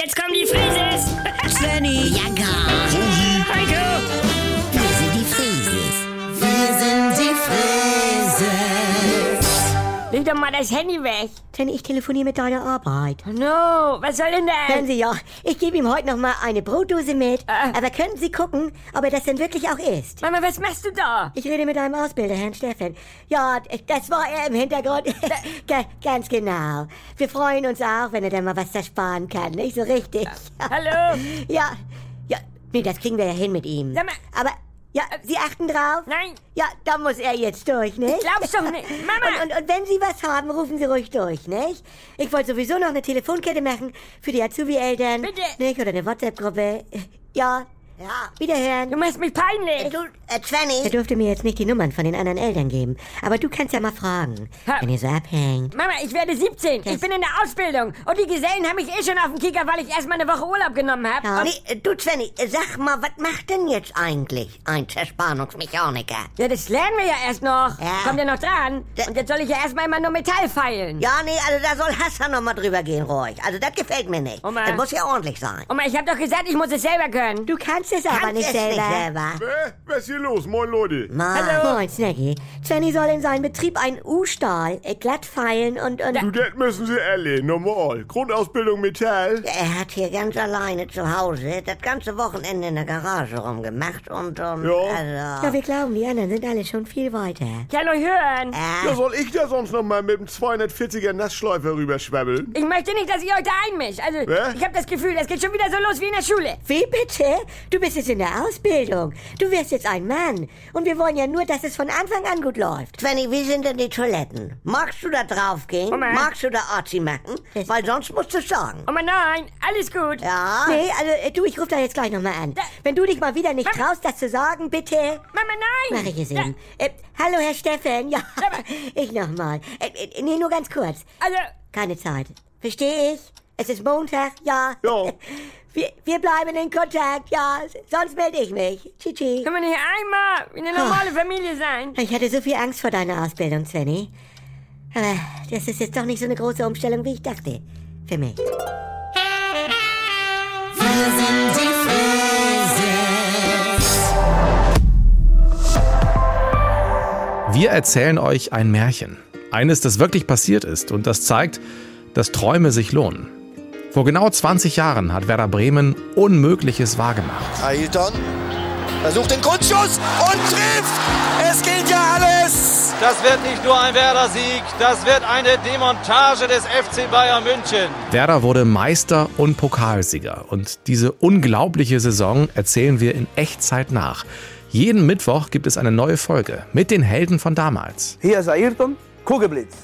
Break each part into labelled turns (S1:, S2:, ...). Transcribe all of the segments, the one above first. S1: Jetzt kommen die Frises!
S2: Svenny,
S3: Ja, gar.
S1: Heiko!
S3: Wir sind die Frieses. Wir sind die Frieses.
S1: Leg doch mal das Handy weg!
S2: Svenny, ich telefoniere mit deiner Arbeit.
S1: No, was soll denn
S2: Hören
S1: das?
S2: Sie ja, ich gebe ihm heute noch mal eine Brotdose mit,
S1: Ah.
S2: aber könnten Sie gucken, ob er das denn wirklich auch isst?
S1: Mama, was machst du da?
S2: Ich rede mit einem Ausbilder, Herrn Äh. Steffen. Ja, das war er im Hintergrund. Ga- Ganz genau. Wir freuen uns auch, wenn er dann mal was ersparen kann, nicht so richtig.
S1: Hallo?
S2: Ja, ja, nee, das kriegen wir ja hin mit ihm.
S1: Sag mal-
S2: Aber, ja, Sie achten drauf?
S1: Nein,
S2: Ja, da muss er jetzt durch, nicht?
S1: glaubst doch nicht. Mama!
S2: Und, und, und wenn Sie was haben, rufen Sie ruhig durch, nicht? Ich wollte sowieso noch eine Telefonkette machen für die Azubi-Eltern.
S1: Bitte.
S2: Nicht? Oder eine WhatsApp-Gruppe. Ja,
S3: Ja.
S1: Du
S2: wiederhören.
S1: machst mich peinlich!
S3: Du, äh, Svenny.
S2: Er durfte mir jetzt nicht die Nummern von den anderen Eltern geben. Aber du kannst ja mal fragen,
S1: Ha.
S2: wenn ihr so abhängt.
S1: Mama, ich werde 17. Ich bin in der Ausbildung. Und die Gesellen haben mich eh schon auf den Kicker, weil ich erstmal eine Woche Urlaub genommen habe.
S2: Ja.
S3: Nee, äh, du, Svenny, äh, sag mal, was macht denn jetzt eigentlich ein Zerspannungsmechaniker?
S1: Ja, das lernen wir ja erst noch.
S3: Ja.
S1: Kommt ja noch dran.
S3: Da-
S1: Und jetzt soll ich ja erstmal immer nur Metall feilen.
S3: Ja, nee, also da soll Hassan noch mal drüber gehen, ruhig. Also das gefällt mir nicht.
S1: Oma.
S3: Das muss ja ordentlich sein.
S1: Oma, ich hab doch gesagt, ich muss es selber können.
S2: Du kannst es aber
S3: Kannst
S2: nicht
S3: es
S2: selber.
S3: Nicht selber.
S4: Äh, was ist hier los? Moin Leute.
S3: Mann.
S2: Moin, Snacky. Svenny soll in seinem Betrieb einen U-Stahl äh, glatt feilen und... und
S4: Du, das müssen Sie alle, normal. Grundausbildung Metall.
S3: Er hat hier ganz alleine zu Hause das ganze Wochenende in der Garage rumgemacht und, und
S4: Ja.
S3: also.
S2: ja, wir glauben, die anderen sind alle schon viel weiter.
S1: Ich kann euch hören.
S3: Äh,
S4: Ja, soll ich da sonst noch mal mit dem 240er Nassschleifer rüberschwabbeln?
S1: Ich möchte nicht, dass ihr euch da einmischt. Also,
S4: Hä?
S1: ich habe das Gefühl, das geht schon wieder so los wie in der Schule.
S2: Wie bitte? Du bist jetzt in der Ausbildung. Du wirst jetzt ein Mann. Und wir wollen ja nur, dass es von Anfang an gut läuft.
S3: Svenny, wie sind denn die Toiletten? Magst du da draufgehen?
S1: Moment.
S3: Magst du da Arzi machen? Weil sonst musst du sagen.
S1: Oh mein nein, alles gut.
S3: Ja?
S2: Nee, also äh, du, ich rufe da jetzt gleich nochmal an. Wenn du dich mal wieder nicht traust, das zu sagen, bitte.
S1: Mama, nein.
S2: Mache ich es eben. Äh, hallo, Herr Steffen. Ja, ich nochmal. Äh, äh, nee, nur ganz kurz.
S1: Also,
S2: Keine Zeit. Verstehe ich? Es ist Montag, ja.
S4: Ja.
S2: Wir, wir bleiben in Kontakt, ja. Sonst melde ich mich. Tschüssi.
S1: können wir nicht einmal wie eine normale Familie sein?
S2: Ich hatte so viel Angst vor deiner Ausbildung, Svenny. Aber das ist jetzt doch nicht so eine große Umstellung, wie ich dachte. Für mich.
S5: Wir erzählen euch ein Märchen. Eines, das wirklich passiert ist und das zeigt, dass Träume sich lohnen. Vor genau 20 Jahren hat Werder Bremen Unmögliches wahrgemacht.
S6: Ailton versucht den Grundschuss und trifft. Es gilt ja alles.
S7: Das wird nicht nur ein Werder-Sieg, das wird eine Demontage des FC Bayern München.
S5: Werder wurde Meister und Pokalsieger. Und diese unglaubliche Saison erzählen wir in Echtzeit nach. Jeden Mittwoch gibt es eine neue Folge mit den Helden von damals.
S8: Hier ist Ayrton, Kugelblitz.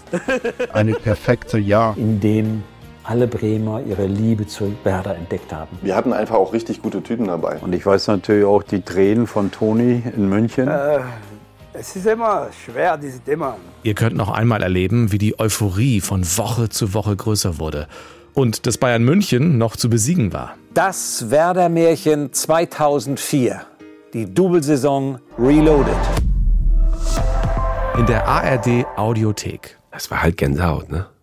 S9: eine perfekte Jahr.
S10: in dem alle Bremer ihre Liebe zu Werder entdeckt haben.
S11: Wir hatten einfach auch richtig gute Typen dabei.
S9: Und ich weiß natürlich auch die Tränen von Toni in München.
S8: Es ist immer schwer, dieses Thema.
S5: Ihr könnt noch einmal erleben, wie die Euphorie von Woche zu Woche größer wurde und dass Bayern München noch zu besiegen war.
S10: Das Werder-Märchen 2004. Die Doublesaison Reloaded.
S5: In der ARD Audiothek.
S9: Das war halt Gänsehaut, ne?